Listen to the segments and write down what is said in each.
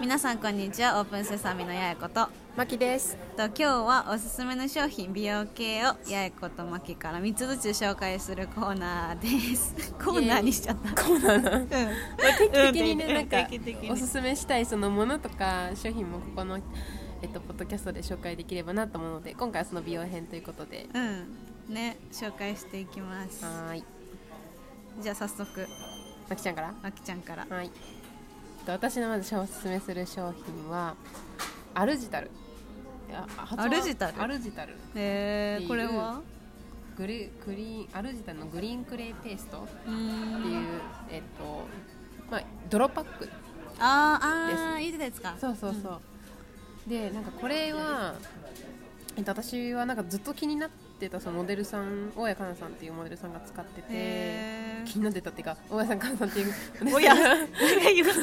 皆さんこんにちはオープンセサミのややことまきですと今日はおすすめの商品美容系をややことまきから3つずつ紹介するコーナーです コーナーにしちゃったコーナーなの定期的にうんねなんか定期的におすすめしたいそのものとか商品もここのえっとポッドキャストで紹介できればなと思うので今回はその美容編ということでうんね紹介していきますはーいじゃあ早速まきちゃんからあきちゃんからはいえっと私のまずおすすめする商品はアルジタルいや発音はアルジタルアルジタルえー、これはグリグリーンアルジタルのグリーンクレイペーストうっていんう、えっとまあ、泥パックあーあーいいですかそうそうそう、でなんかこれは、えっと、私はなんかずっと気になってたそのモデルさん大谷かなさんっていうモデルさんが使っててへー気になってたっていうか大谷さんかなさんっていう お や大谷親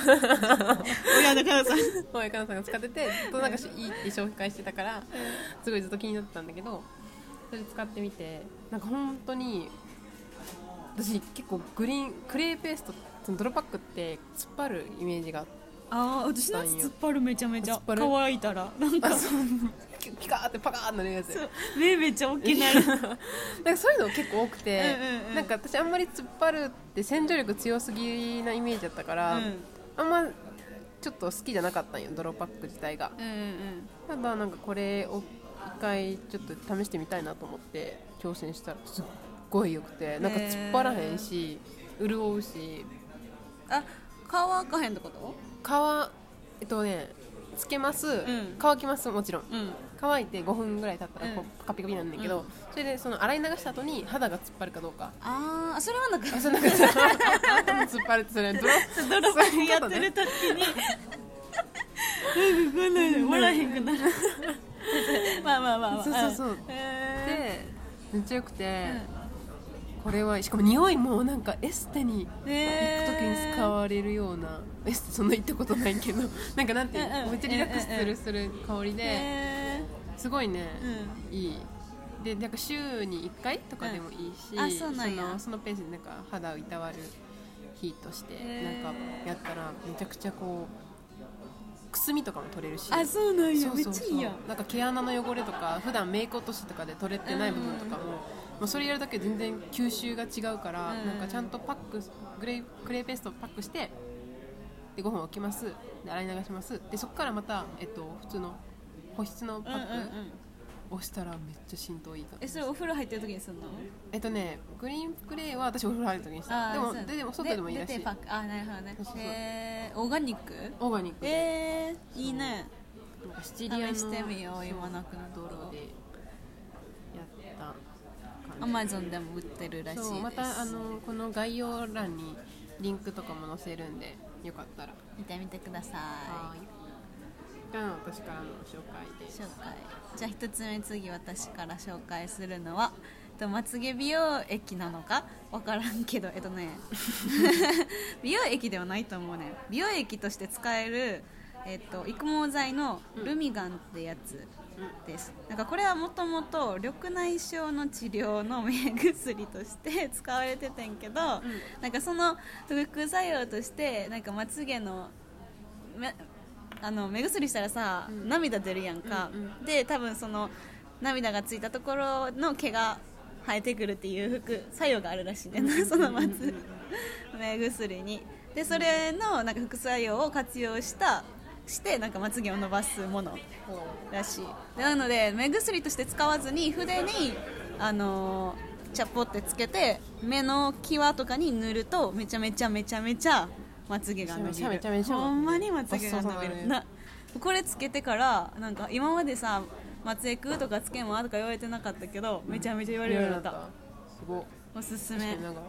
の母さんかなさんが使っててずっとなんかしいいって紹介してたからすごいずっと気になってたんだけどそれ使ってみてなんか本当に私結構グリーンクレーペーストそのドロパックって突っ張るイメージがあってああ私のやつ突っ張るめちゃめちゃ突っ張る乾いたらなんかキュピカーってパカーってなるやつそう目めっちゃ大 きなるなんかそういうの結構多くてうんうんうんなんか私あんまり突っ張るって洗浄力強すぎなイメージだったから、あんまちょっと好きじゃなかったんよ泥パック自体がうんうんただなんかこれを一回ちょっと試してみたいなと思って挑戦したらすっごいよくてなんか突っ張らへんし潤うしあ乾かへんってこと乾えっとねつけます、ん乾きますもちろんうん乾いて5分ぐらい経ったらうんこうピカピカになるんだけど、うんそれでその洗い流した後に肌が突っ張るかどうかああそれはなんかあ そうなんかさ、頭突っ張るってそれドドロロそういう やことってねる時になんかこんなの笑えへんくなる まあまあまあまあそうそうそうんへでめっちゃよくて、これはしかも匂いもなんかエステにーね行く時に使われるような、エステそんな行ったことないけど なんかなんていうのうんうんめっちゃリラックスすうんうんうるんする香りで、ねすごいね、ういいでなんか週に1回とかでもいいし、うんあそうなんやのそのペースでなんか肌をいたわる日としてへーなんかやったらめちゃくちゃこうくすみとかも取れるしんあそうなんやそうめっそうちゃそういいやんなんか毛穴の汚れとか普段メイク落としとかで取れてない部分とかも、うんもうそれやるだけで全然吸収が違うから、うんなんかちゃんとパックグレークレーペーストをパックしてで5分置きますで洗い流しますでそこからまた、えっと、普通の保湿のパうんうんックうんをしたらめっちゃ浸透いいかもえそれお風呂入ってる時にすんのえっとねグリーンクレイは私お風呂入るときにしたでもそうででも外でもいいらし出いてパックあなるほどねそうそうそうへえオーガニックオーガニックでえー、いいねなんかシチリアの試してみよう今なくなった道路でやった感じアマゾンでも売ってるらしいですそうまたあのこの概要欄にリンクとかも載せるんでよかったら見てみてくださはいじゃあ私からの紹介です紹介じゃあ一つ目次私から紹介するのはえっとまつげ美容液なのかわからんけどえっと ね美容液ではないと思うね美容液として使える、えっと、育毛剤のルミガンってやつ、ですなんかこれはもともと緑内障の治療の目薬として使われてたんやけど、なんかその副作用としてなんかまつげのめあの目薬したらさ、うん涙出るやんか、うんで多分その涙がついたところの毛が生えてくるっていう副作用があるらしいねんな そのまうんうんつ目薬にでそれのなんか副作用を活用したしてなんかまつげを伸ばすものうんらしいなので目薬として使わずに筆にあのーチャポってつけて目の際とかに塗るとめちゃめちゃめちゃめちゃまつげが伸めちゃめちゃびめるちゃめちゃほんまにまつげが伸びそうそうそるうなこれつけてからなんか今までさ「まつげ食う?」とか「つけま?」とか言われてなかったけどめちゃめちゃ言われるようになったすごいおすす確かめになんか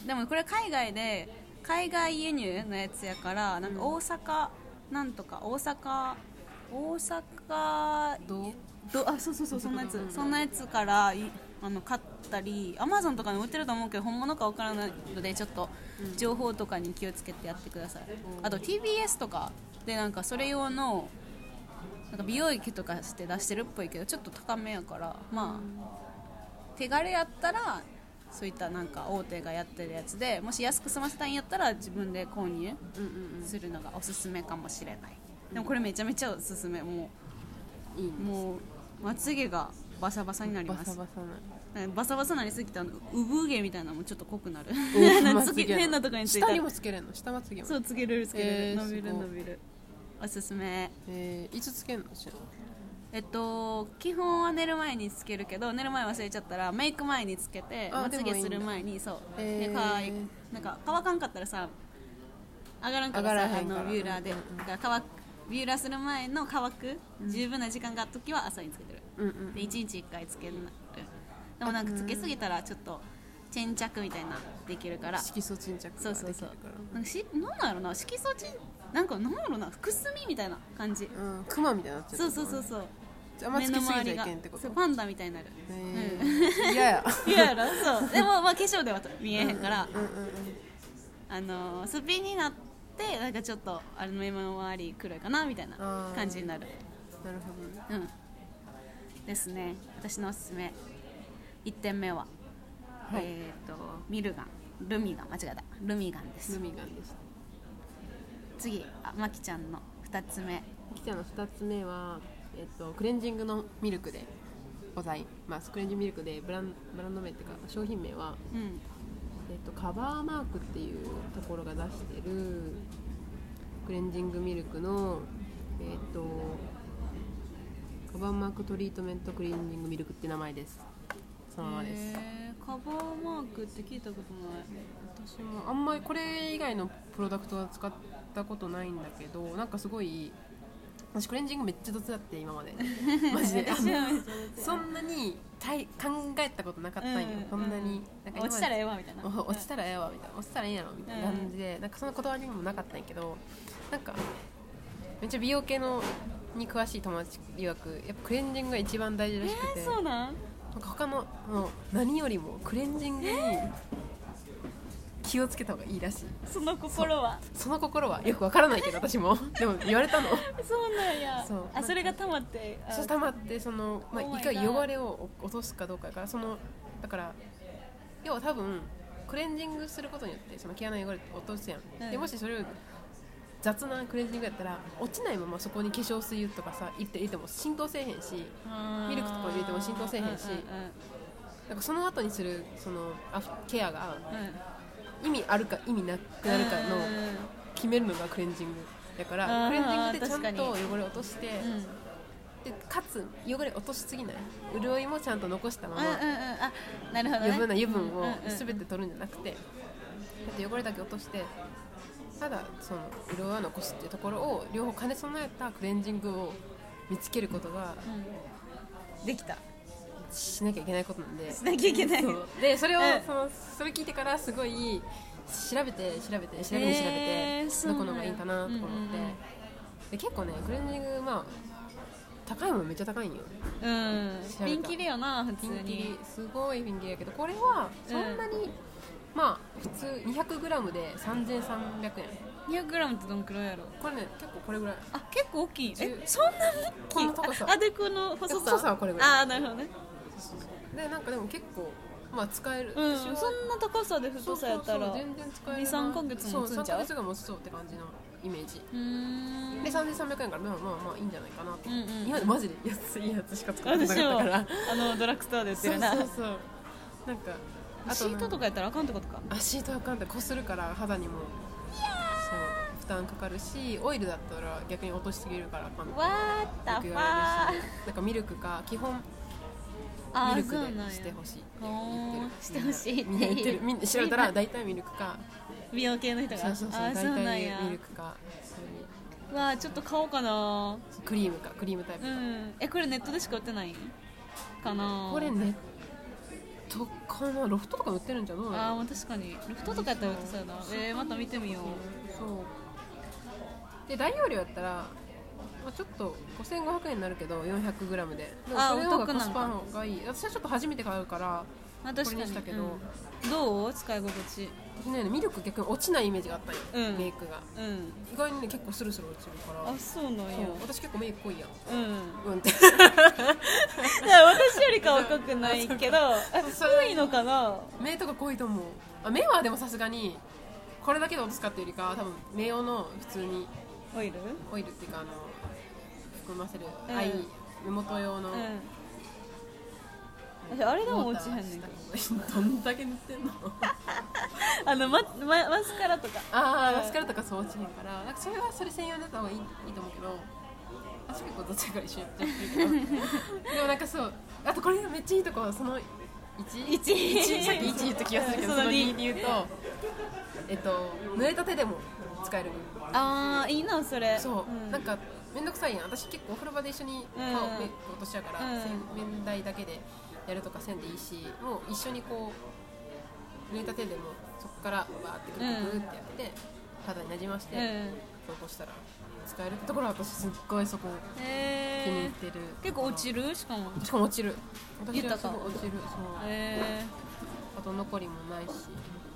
うん、でもこれ海外で海外輸入のやつやからなんか大阪、なんとか大阪大阪どうどあそうそうそうそんなやうんつそんなやつからいあの買ったりアマゾンとかに売ってると思うけど本物かわからないのでちょっと情報とかに気をつけてやってください、うんあと TBS とかでなんかそれ用のなんか美容液とかして出してるっぽいけどちょっと高めやからまあ、手軽やったらそういったなんか大手がやってるやつでもし安く済ませたいんやったら自分で購入うんうんうんするのがおすすめかもしれないでもこれめちゃめちゃおすすめもいいねうもうまつげがバサバサになりバますサバサななんかバサバサなりすぎてあの産毛みたいなのもちょっと濃く なるまつつけげ変なとこについた下にもつけれるの下まつげもそうつけれるつけれえるー伸びるすごい伸びるおすすめえーいつつけるのしえっと基本は寝る前につけるけど寝る前忘れちゃったらメイク前につけてあまつでげもいいんすだる前にそう、へでー乾いなんか乾かんかったらさ上がらんから上がさらへあんからのビューラーで、うんうんうんだから乾くビューラーする前の乾く、十分な時間があった時は朝につけてるうんうんで1日1回つけるでもなんかつけすぎたらちょっと沈着みたいなできるから色素沈着そがうそうできそるうからなんかしなんだろうな色素沈なんかなんだろうなくすみみたいな感じうんクマみたいになっちゃそうそうそうそうあんまつけすぎちゃいけんってこそとうパンダみたいに なるえー嫌や いやろそうでもまあ化粧では見えへんから、うんうんうんあのーすっぴんになってなんかちょっとあれ目周り黒いかなみたいなあー感じになるなるほどねうんですね私のおすすめ1点目は、はいえっ、とミルガンルミガン間違えたルミガンですルミガンです次あまきちゃんの2つ目きちゃんの2つ目は、えっと、クレンジングのミルクでございますクレンジングミルクでブランブランド名っていうか商品名は、うんえっと、カバーマークっていうところが出してるクレンジングミルクのえっとカバーマークトリートメントクレンジングミルクって名前ですそのままですへーカバーマークって聞いたことない 私もあんまりこれ以外のプロダクトは使ったことないんだけどなんかすごい私クレンジングめっちゃ雑だって今 までマジで私はそんなに大考えたことなかったんよ、うんそんなになんか今まで落ちたらええわみたいなお落ちたらええわみたいな落ちたらいいやろみたいな感じで、なんかそのこだわりもなかったんやけどなんかめっちゃ美容系のに詳しい友達曰くやっぱクレンジングが一番大事らしくて、えー、そうなんなんか他のもう何よりもクレンジングに気をつけた方がいいらしいその心はその心はよくわからないけど私もでも言われたのそうなんやそうあそれが溜まってあそしたまってその、まあ、 Oh my いかに God 汚れを落とすかどうかやからそのだから要は多分クレンジングすることによってその毛穴の汚れを落とすやん、うんでもしそれを雑なクレンジングやったら落ちないままそこに化粧水とかさ入って入れても浸透せえへんしあーミルクとか入れても浸透せえへんしなんかその後にするそのアフケアがうんうんうん意味あるか意味なくなるかの決めるのがクレンジングだかあーらクレンジングでちゃ確かんにと汚れ落として、うんうんうんでかつ汚れ落としすぎない潤いもちゃんと残したまま、あなるほど、ね、余分な油分をうんうんうん全て取るんじゃなくて、だって汚れだけ落としてただその潤いは残すっていうところを両方兼ね備えたクレンジングを見つけることがうんできたしなきゃいけないことなんでしなきゃいけないそうでそれをうんそのそれ聞いてからすごい調べて調べて調べに調べて、へーそうどなんやこのがいいかなとか思って、うんうんうんで結構ねクレンジングまあ高いもんめっちゃ高いんようん調べたピンキリよな普通ピンキリにすごいピンキリやけどこれはそんなに、まあ普通 200g で3300円 200g ってどんくらいやろこれね結構これぐらいあ結構大きいえ十そんな大きいこの高さああでこの細さ細さはこれぐらいあーなるほどねでなんかでも結構まあ使える、うん私そはんな高さで太さやったらそうそうそうう全然使えるな二三ヶ月も持つんちゃうそう3ヶ月が持ちそうって感じのイメージーんで3300円からまあまあまあいいんじゃないかなと、うんうんうん今までマジで安いやつしか使ってな私かっもたからあのドラッグストアで売ってそるうそうなそうなんかあシートとかやったらあかんってことかあシートあかんってこするから肌にもそう負担かかるしオイルだったら逆に落としすぎるからあかんってわーったよフく言ァわーれるしなんかミルクか基本あミールクそうなんやでしてほしいってお言ーってるしてほしいってみんな言ってるみ んな調べたみらん大体ミルクか美容系の人がそうそうそうあ大ーそうなん体やミルクかそううわーちょっと買おうかないうクリームかクリームタイプうか、んえこれネットでしか売ってないかなこれネットかなロフトとか売ってるんじゃないあーもう確かにロフトとかやったら売ってそうやなえー、また見てみようそうで大容量やったら、まあ、ちょっと5500円になるけど 400g ででもあそれの方お得がなんコだスパの方がいい私はちょっと初めて買うからまあ確かこれににしたけどうんどう使い心地私ねミルク逆に落ちないイメージがあったんよ、うんメイクがうん意外にね結構スルスル落ちるからあそうなんやそう私結構メイク濃いやんうん うんっていや私よりかは濃くないけどそう濃いのかな目とか濃いと思うあ目はでもさすがにこれだけで落とすかっていうよりかは多分目用の普通にオイルオイルっていうかあの含ませる、うんアイ目元用の、うん私あれでも落ちへんねんけどどんだけ塗ってんのあのマママスカラとかああマスカラとかそう落ちへんからなんかそれはそれ専用のやった方がいいいいと思うけど私結構どっちか一緒やっちゃって るけどでもなんかそうあとこれめっちゃいいとこその 1? 一さっき1言った気がするけどそそのの二2で言うとえっと濡れた手でも使えるああいいなそれそう、んなんか面倒くさいやん私結構お風呂場で一緒に顔、うん目落としやから、うん洗面台だけでやるとかせんでいいしもう一緒にこう濡れた手でもそこからバーってグーグーってやって、肌になじまして、うんへそうこうしたら使えるってところは私すっごいそこ気に入っえてる、結構落ちるしかもしかも落ちる私豊はかすごい落ちるそう、へあと残りもないし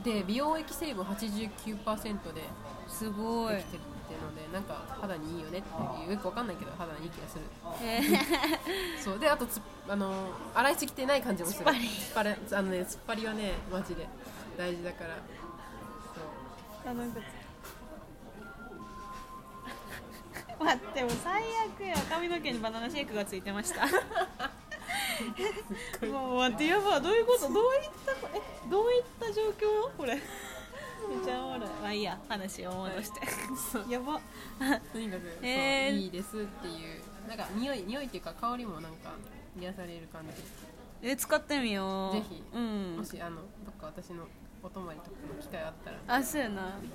で美容液成分89%ですごいできてるっていうのでなんか肌にいいよねっていうよくわかんないけど肌にいい気がするへそうであとつあの洗いすぎてない感じもする突っ張りっ張りあのね突っ張りはねマジで大事だからそあなんか 待ってもう最悪や髪の毛にバナナシェイクがついてましたもう待ってやばいどういうことどういったこえどういった状況これめちゃおもろいまあいいや話を戻してやばうとにかく、へーそういいですっていうなんか匂い匂いっていうか香りもなんか癒される感じ、え使ってみようぜひうんもしあのどっか私のお泊まりとかの機会あったらぜあそうやなひぜ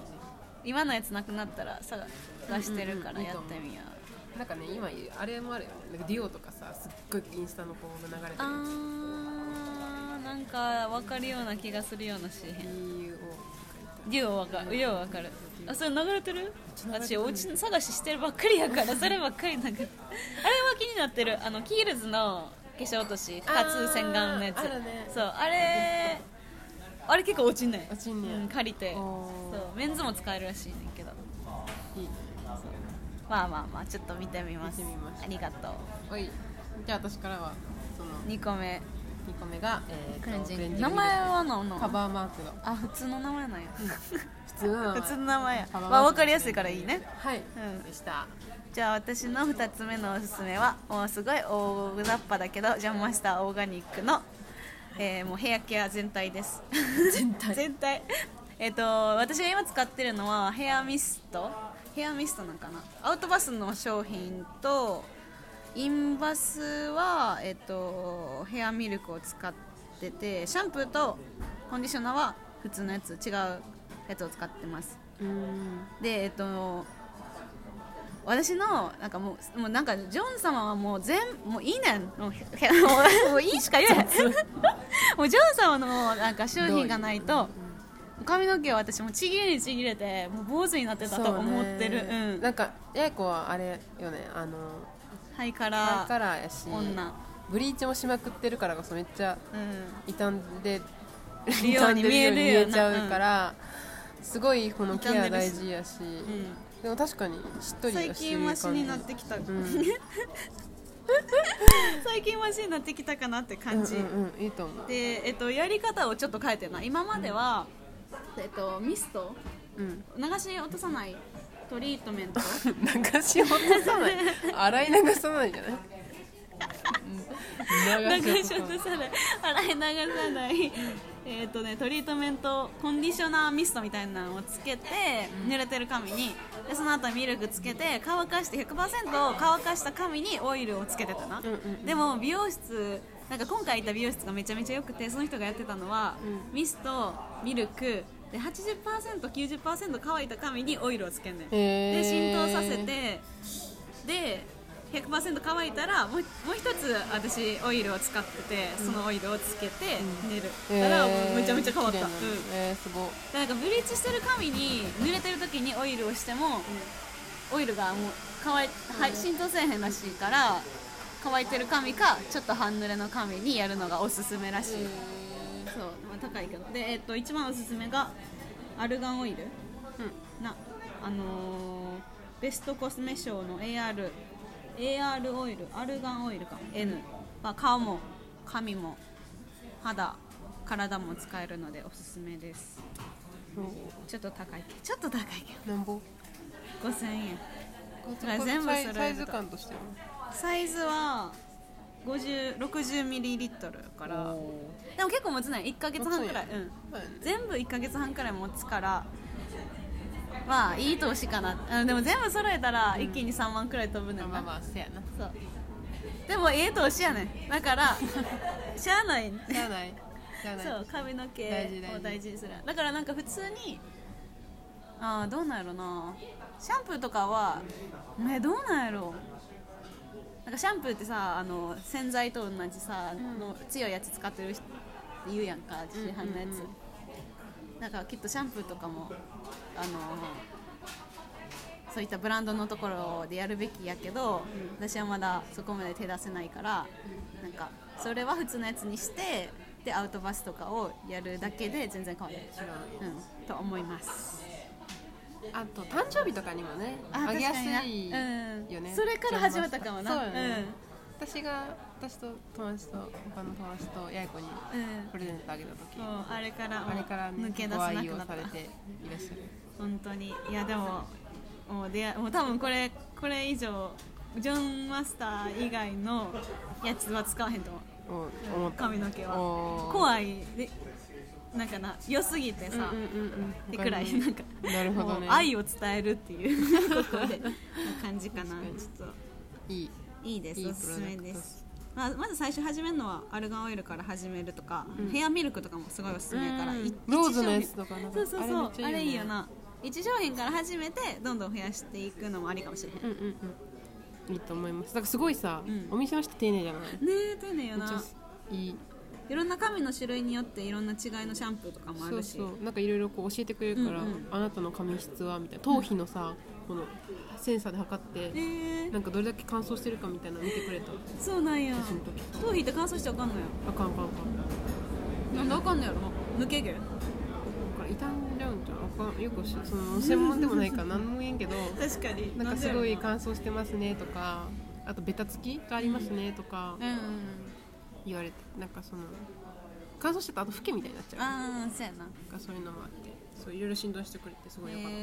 ひ今のやつなくなったら探探してるかうんうんらうんいいやっと思うてみようなんかね今あれもあるよねなんかデュオとかさすっごいインスタのこう流れてるあーなんか分かるような気がするようなしへん DUO デュオわかるデュオわかるあそれ流れてる流れて私るお家探ししてるばっかりやからそればっかりなんかあれは気になってるあのキールズの化粧落としあーかつ洗顔のやつあるねそうあれあれ結構落ちんね落ちんねやうん、借りておそーうメンズも使えるらしいねんけどいいねまあまあまあちょっと見てみます見てみますありがとうおいじゃあ私からはその2個目2個目が、えーとクレンジングクレ名前は何なのカバーマークのあ普通の名前なんや普通の名前普通の名前やカバーマークまあ分かりやすいからいいねはい、うんでしたじゃあ私の2つ目のおすすめはもうすごい大雑把だけど邪魔したオーガニックの、えーもうヘアケア全体です全 体全体えっ、と私が今使ってるのはヘアミストヘアミストなんかなアウトバスの商品とインバスは、えっとヘアミルクを使っててシャンプーとコンディショナーは普通のやつ違うやつを使ってますうんでえっと私のなんかもうもうなんかジョン様はもう全もういいねんもうへへもう もういいしか言えへんもうジョン様のもうなんか商品がないと髪の毛は私もうちぎれにちぎれてもう坊主になってたと思ってるう,、ねんなんか八重子はあれよねあのハイカハライカラーやし女ブリーチもしまくってるからこそめっちゃうん傷んでるように見えるよな傷んでるように見えちゃうから、すごいこのケア大事やし、うんでも確かにしっとり最やし近マシになってきた、うん 最近マシになってきたかなって感じ、うんうんうん、いいと思う、で、えっと、やり方をちょっと変えてな今までは、えっと、ミストうん、流し落とさないトリートメント流し落と さない洗い流さないんじゃない流し落とさない洗い流さないえっとねトリートメントコンディショナーミストみたいなのをつけて濡れてる髪にでその後ミルクつけて乾かして100%乾かした髪にオイルをつけてたな、うんうんでも美容室なんか今回行った美容室がめちゃめちゃ良くてその人がやってたのは、うミストミルクで 80%90% 乾いた髪にオイルをつけんねんへでー浸透させてで100%乾いたらもうもう一つ私オイルを使っててそのオイルをつけて寝る、だからもうめちゃめちゃ変わった、うん、えー、すごいなんかブリーチしてる髪に濡れてる時にオイルをしても、オイルがもう乾い、はい、浸透せえへんらしいから乾いてる髪かちょっと半濡れの髪にやるのがおすすめらしい、そう、まあ、高いけどで、えっと、一番おすすめがアルガンオイルなあのーベストコスメ賞の AR AR オイルアルガンオイルか N は顔も髪も肌体も使えるのでおすすめですうんちょっと高いけどちょっと高いけなんぼど5000円これ全部揃えるとサイズ感としてはサイズは50 60ミリリットルやからおでも結構持つない1かー月半くらい、うん、そうやね全部1か月半くらい持つからまあいい投資かなあでも全部揃えたら一気に3万くらい飛ぶねまあんな、まあまあせやなしそうでもええ投資やねんだからしゃあないゃあないしゃあないそう髪の毛大事大事を大事にするだからなんか普通にああどうなんやろなシャンプーとかはねどうなんやろなんかシャンプーってさあの洗剤と同じさ、あの強いやつ使ってる人言うやんか市販のやつ、うんうんだからきっとシャンプーとかもあのそういったブランドのところでやるべきやけど、私はまだそこまで手出せないからなんかそれは普通のやつにしてでアウトバスとかをやるだけで全然変わらない、知らないうん、と思いますあと誕生日とかにもねああげやす確かいになうんよね、それから始まったかもなそうよね、私が私と友達と他の友達と八重子にうん、うんプレゼントあげた時そうあれからもあれからね抜け出せなごく愛用なっされたていらっしゃる本当にいやでももう出会もう多分これこれ以上ジョン・マスター以外のやつは使わへんと思うお思った髪の毛はおー怖いでなんかな良すぎてさ、うんうんうんうんってくらいなんかなるほどもねう愛を伝えるっていう ここでの感じかな確かにちょっいいといいですいいおすすめプロダクでトす、まあ、まず最初始めるのはアルガンオイルから始めるとか、うんヘアミルクとかもすごいおすすめやから、うんい一ローズの商や品つとかなんかそうそうそうあれ,、めっちゃいいよな一商品から始めてどんどん増やしていくのもありかもしれへんうんうんうんいいと思いますだからすごいさ、うんお店の人丁寧じゃないねえ丁寧よめっなちゃいいいろんな髪の種類によっていろんな違いのシャンプーとかもあそうるしそうなんかいろいろこう教えてくれるかうら、んうんあなたの髪質はみたいな頭皮のさ、このセンサーで測って、えーなんかどれだけ乾燥してるかみたいなの見てくれたそうなんや私の時頭皮って乾燥してあかんのやあかんあかんあかんなんであかんのやろ抜け毛だから傷んじゃうんじゃんあかんよくしその専門でもないから何も言えんけ ど確かになんかすごいん乾燥してますねとかあとベタつきがありますねとかうんうん言われてなんかその乾燥してたらあとフケみたいになっちゃうなああそうやなんかそういうのもあってそういろいろ振動してくれてすごいよかった、へ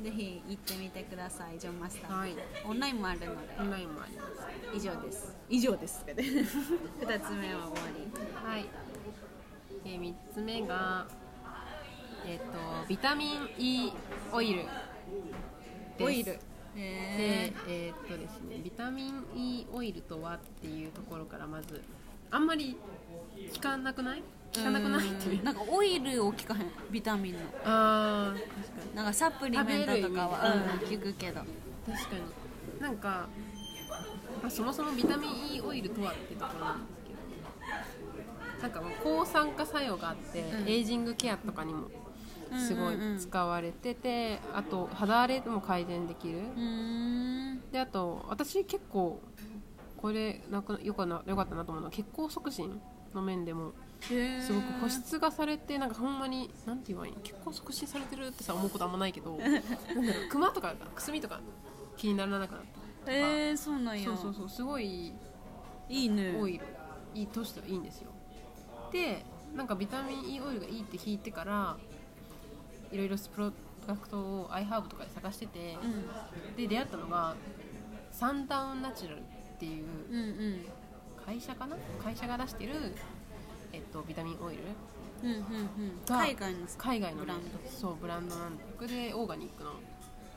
えぜひ行ってみてくださいジョンマスター、はいオンラインもあるのでオンラインもあります以上です以上 です2つ目は終わりはいで3つ目がえっ、とビタミン E オイルですオイルでへえーっとですねビタミン E オイルとはっていうところからまずあんまり効かなくないえ効かなくないっていうなんかオイルを聞かへんビタミンのあー確かになんかサプリメントとかは、食うん、聞くけど確かになんか、まあ、そもそもビタミン E オイルとはってところなんですけどなんかもう抗酸化作用があって、うんエイジングケアとかにもすごいうんうんうん使われてて、あと肌荒れも改善できる、うーんであと私結構これなんかよかなよかったなと思うのは血行促進の面でもすごく保湿がされてなんかほんまになんて言わんや血行促進されてるってさ思うことあんまないけどなんだろうクマとかくすみとか気にならなくなったとか、えー、そうなんやそうそうそうすごいいいねオイルいいとしてはいいんですよでなんかビタミン E オイルがいいって聞いてからいろいろプロダクトを iHerb とかで探してて、うで出会ったのがサンダウンナチュラルっていうんうん会社かな会社が出してる、えっと、ビタミンオイルうんうんうんうんが海外の海外の、ね、ブランドそうブランドなんでこれでオーガニックの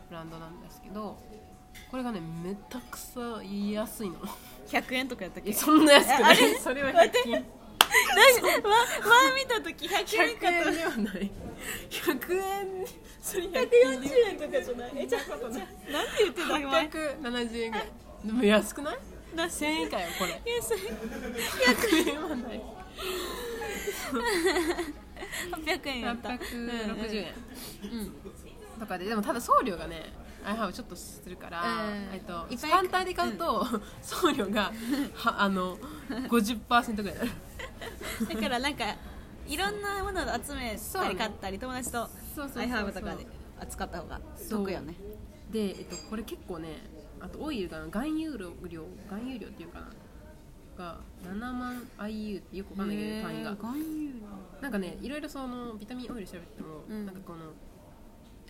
ブランドなんですけどこれがねめたくさ安いの 100円とかやったっえけそんな安くないえあれそれは100均何前見た時100 100円かと円ではない100円それ100 140円とかじゃないえちょっと何て言ってた円前870円ぐらいでも安くないな ?1000 円以下よこれいやそれ100円はない800円やった860円うんうんとかででもただ送料がねアイハブちょっとするから、うんえっといっぱい単体で買うと、送料がはあの50%ぐらいになる だからなんかいろんなものを集めたり買ったり友達とそうそうそうアイハーブとかで扱った方が得よねで、えっと、これ結構ねあとオイルが含有量含有量っていうかなが7万 IU ってよくわかんないけど単位が含有なんかねいろいろそのビタミンオイル調べても、うんなんかこの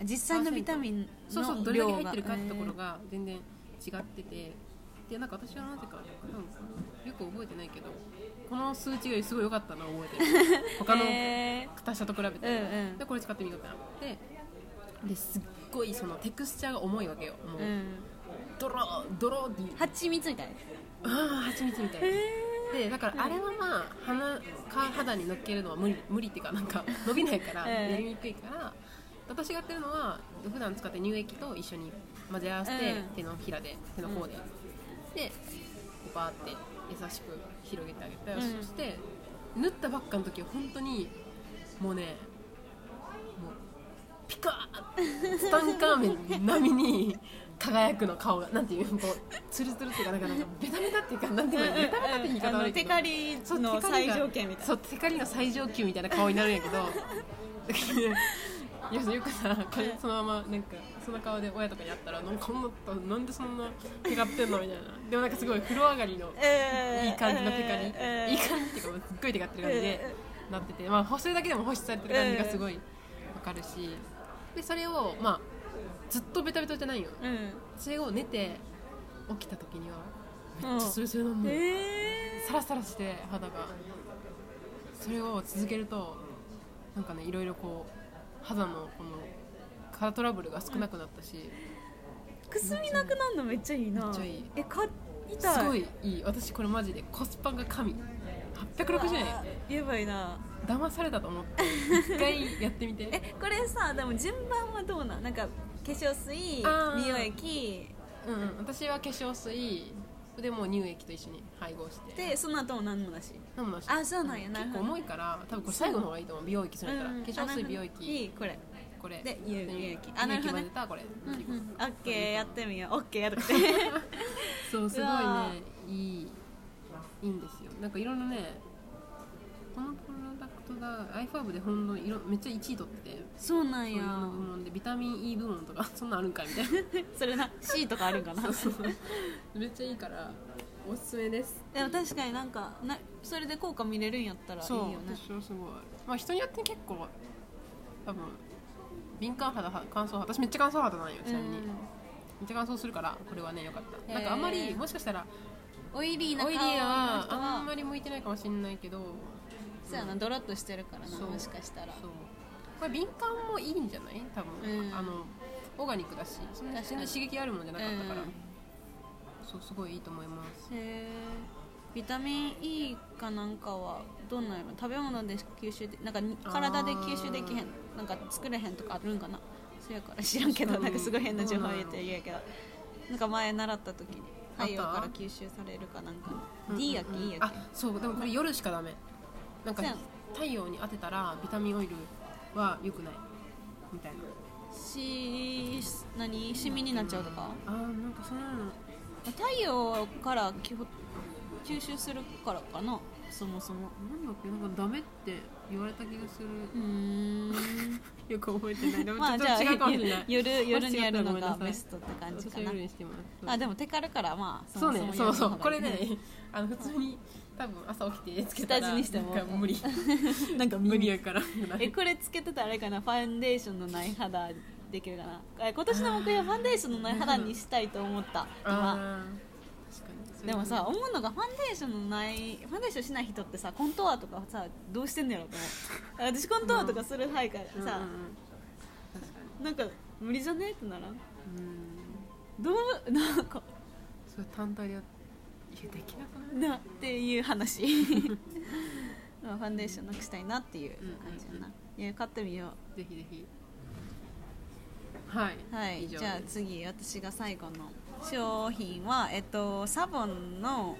実際のビタミンの量がそうそうどれだけ入ってるかってところが全然違っててでなんか私はなぜかうんよく覚えてないけどこの数値よりすごい良かったな覚えて るえー他のえ他社と比べて、うんうんでこれ使ってみようかなってですっごいそのテクスチャーが重いわけよもう、ーうんドロードローっていう蜂蜜みたいああ蜂蜜みたいな、でだからあれはまあ鼻か肌に乗っけるのは無理無理っていうかな んか伸びないからええやりにくいから、私がやってるのは普段使ってる乳液と一緒に混ぜ合わせて、うん手のひらで手の甲で、でこうバーって優しく広げてあげて、うんそして縫ったばっかの時は本当にもうねもうピカーッツタンカーメン並み に輝くの顔がなんていうこうツルツルっていうかなんかなんかベタベタっていうかなんていうかベタベタって言い方悪いけどリそうテカリがそうテカリの最上級みたいな顔になるん やけどいやよくさこれそのままなんかその顔で親とかに会ったらなんかこんななんでそんなテカってんのみたいなでもなんかすごい風呂上がりのいい感じのテカリ、いい感じっていうかもうすっごいテカってる感じでなってて、まあ、保水だけでも保湿されてる感じがすごいわかるしでそれを、まあ、ずっとベタベタじゃないようんそれを寝て起きた時にはうんめっちゃスルスルなんのよえサラサラして肌がそれを続けるとなんかねいろいろこう肌のこの肌トラブルが少なくなったしーくすみなくなるのめっちゃいいなめっちゃいいえ買いたすごいいい私これマジでコスパが神860円あーやばいな騙されたと思って一回やってみて えこれさでも順番はどうなんなんか化粧水あー美容液うんうん私は化粧水でもう乳液と一緒に配合してでその後も何もなし飲むのしあそうなんやなる結ほ構ど重いから多分これ最後の方がいいと思う美容液それやったら、うん化粧水美容あなるほどい液いこれこれで乳液乳あな乳るほ液どね混ぜたこれ、うんうんオッケーやってみようオッケーやるってそうすごいうねわいいいいんですよなんかいろんなねこのプロダクトが i5 でほんのいろめっちゃ1位取ってて そうなんそういやろんな部門でビタミン E 部門とか そんなんあるんかいみ たいなそれな C とかあるんかなそうそうめっちゃいいからおすすめです でも確かになんかなそれで効果見れるんやったらいいそうよね私はすごいまあ人によって結構多分敏感肌は乾燥肌私めっちゃ乾燥肌なんよちなみに、うんめっちゃ乾燥するからこれはねよかった、へーなんかあんまりもしかしたらオイリーなオ顔イのリ人ーははあんまり向いてないかもしれないけどそうやなドロッとしてるからなそうもしかしたらそうこれ敏感もいいんじゃない多分、うんあのオーガニックだしそんな確か全に然刺激あるもんじゃなかったから、うんそうすごいいいと思いますへービタミン E かなんかはどんなんやろ食べ物で吸収でなんかにあー体で吸収できへんなんか作れへんとかあるんかなそうやから知らんけど確なかんにかすごい変な情報入れて言うけどなんか前習った時にあった太陽から吸収されるかなんかうん D やっうけんうん E やっあそうでもこれ夜しかダメなんかそうやん太陽に当てたらビタミンオイルは良くないみたいなけし何シミになっちゃうとかあーなんかそんなの太陽からきほ吸収するからかなそもそもなんだっけなんかダメって言われた気がするうーんよく覚えてないで もまあちじょゃっあと違うかもしれない夜夜にやるのもし違ったがらごめんなさいベストって感じ私かはな夜にしてますあでもテカるからまあそうもねもそうそ夜うの方がいいこれねあの普通に多分朝起きてつけたら下地にしてもなんか無理 なんか無理やからえこれつけてたらあれかなファンデーションのない肌できるかなえ今年の目標ファンデーションのない肌にしたいと思った今あー確かにそれでもさ思うのがファンデーションのないファンデーションしない人ってさコントアとかさどうしてんのやろと思う私コントアとかする範囲からうんうんさ、確かなんか無理じゃねってならんにうんどうなんかそれ単体でやっいやできなくないなっていう話 まあファンデーションなくしたいなっていう感じやな、うんうんいや買ってみようぜひぜひはい、はい、以上じゃあ次私が最後の商品は、えっと、サボンの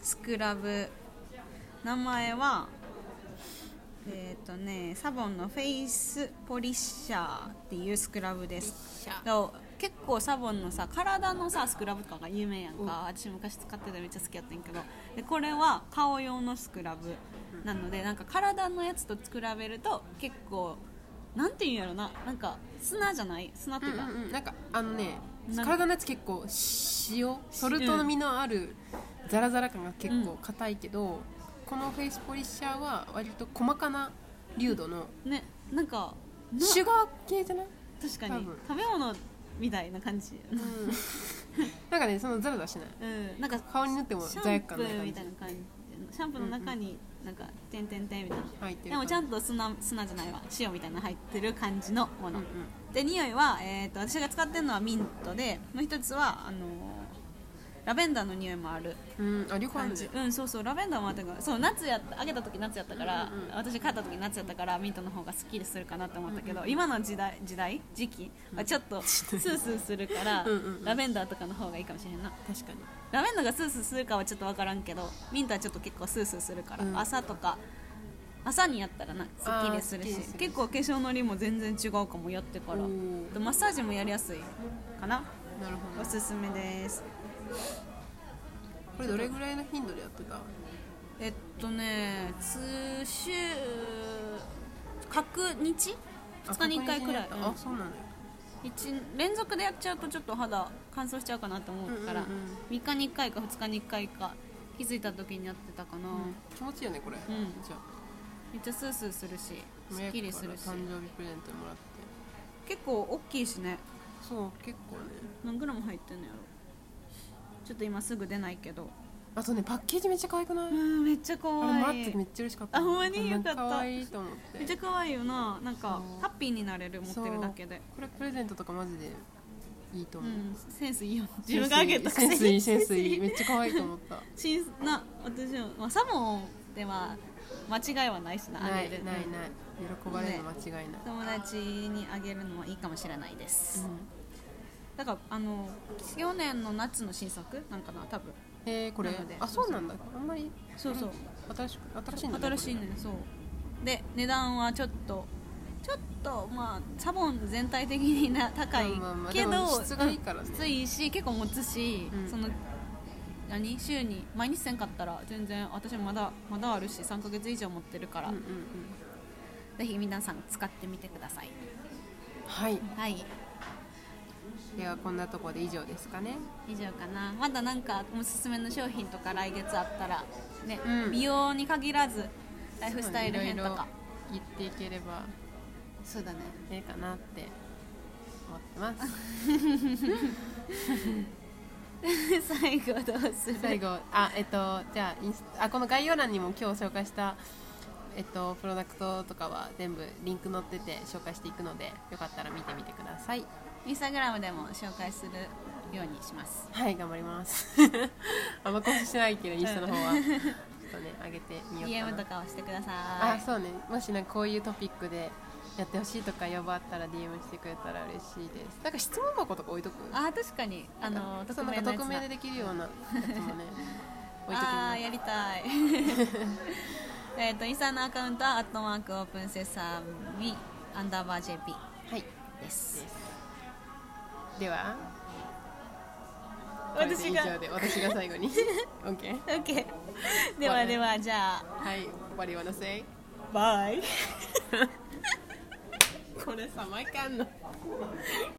スクラブ名前はえっとねサボンのフェイスポリッシャーっていうスクラブですシャーと結構サボンのさ体のさスクラブとかが有名やんうんか私昔使ってためっちゃ好きやったんやけどでこれは顔用のスクラブなのでなんか体のやつと比べると結構なんていうんやろななんか砂じゃない砂っていうか、うんうんうんなんかあのねなんか体のやつ結構塩ソルトの実のあるザラザラ感が結構硬いけど、このフェイスポリッシャーは割と細かな粒度のねなんかなシュガー系じゃない確か多に分食べ物みたいな感じ、 なんかねそのザラザラしないうん、なんか顔に塗ってもシャ罪ン悪プ感ないー感みじたいな感じシャンプーの中になんか「てんてんてん」みたいな入ってるでもちゃんと、と砂砂じゃないわ塩みたいなの入ってる感じのもうんうの、ん、で匂いは、えー、と私が使ってるのはミントでもう一つはあのーラベンダーの匂いもあるうん、あ旅行あ感るねじうんそうそうラベンダーもあったからそう夏やったあげた時夏やったから、うんうんうん私買った時夏やったからミントの方がすっきりするかなと思ったけど、うんうん今の時代時代時期はちょっとスースーするからうんうんうんラベンダーとかの方がいいかもしれんな確かにラベンダーがスースーするかはちょっと分からんけどミントはちょっと結構スースーするから、うん朝とか朝にやったらなすっきりするしあーすっきりする結構化粧のりも全然違うかもやってからおーでマッサージもやりやすいかななるほおどすすめですこれどれぐらいの頻度でやってたえっとね通週各日2日に1回くらいあ確認しにったあそうなんだよ一連続でやっちゃうとちょっと肌乾燥しちゃうかなと思うから、うんうんうん3日に1回か2日に1回か気づいた時にやってたかな、気持ちいいよねこれ、んじゃあめっちゃスースーするしすっ親きからりするし誕生日プレゼントもらって結構大きいしねそう結構ね何グラム入ってんのやろちょっと今すぐ出ないけどあとねパッケージめっちゃ可愛くない、うんめっちゃ可あれもらっ愛いてめっちゃ嬉しかったあほんまにうんよかった可愛いと思ってめっちゃ可愛いよななんかそうハッピーになれる持ってるだけでこれプレゼントとかマジでいいとう思う、んセンスいいよ自分があげたくセせにンスいいセンスいいめっちゃ可愛いと思 った新な私も、まあ、サモンでは間違いはないしななあいげないるない喜ばれるの間違いない、友達にあげるのはいいかもしれないでうす、んだからあの去年の夏の新作なんかな多分えー、これなのであそうなんだあんまりそうそう新しく新しいんだね新しいねこそうで値段はちょっとちょっとまあサボン全体的にな高いまあまあまあけど、でも質がいいからねうん質いいし結構持つし、うんその何週に毎日せんかったら全然私まだまだあるし3ヶ月以上持ってるかれら、うんうんうんぜひ皆さん使ってみてくださいはいはいではこんなところで以上ですかね以上かなまだなんかおすすめの商品とか来月あったらね、うん美容に限らずライフスタイル編とかいろいろ言っていければそうだねええかなって思ってます 最後どうする最後あえっとじゃあインスあこの概要欄にも今日紹介したえっとプロダクトとかは全部リンク載ってて紹介していくのでよかったら見てみてくださいインスタグラムでも紹介するようにしますはい頑張ります あんま更新してないけどインスタの方はちょっとね上げてみようか DM なとかをしてくださあいそうねもしなんかこういうトピックでやってほしいとか呼ばあったら DM してくれたら嬉しいですなんか質問箱とか置いとくあ確かにあのそ匿うな名のんかやつ匿名だでできるようなやつもね置いときあまーすやり たいえっとインスタのアカウントはアットマークオープンセサミアンダーバー JP はいですでは私がこれで以上で私が最後 に OK OK ではではじゃあはい終わり wanna say バイこれさ毎回あんの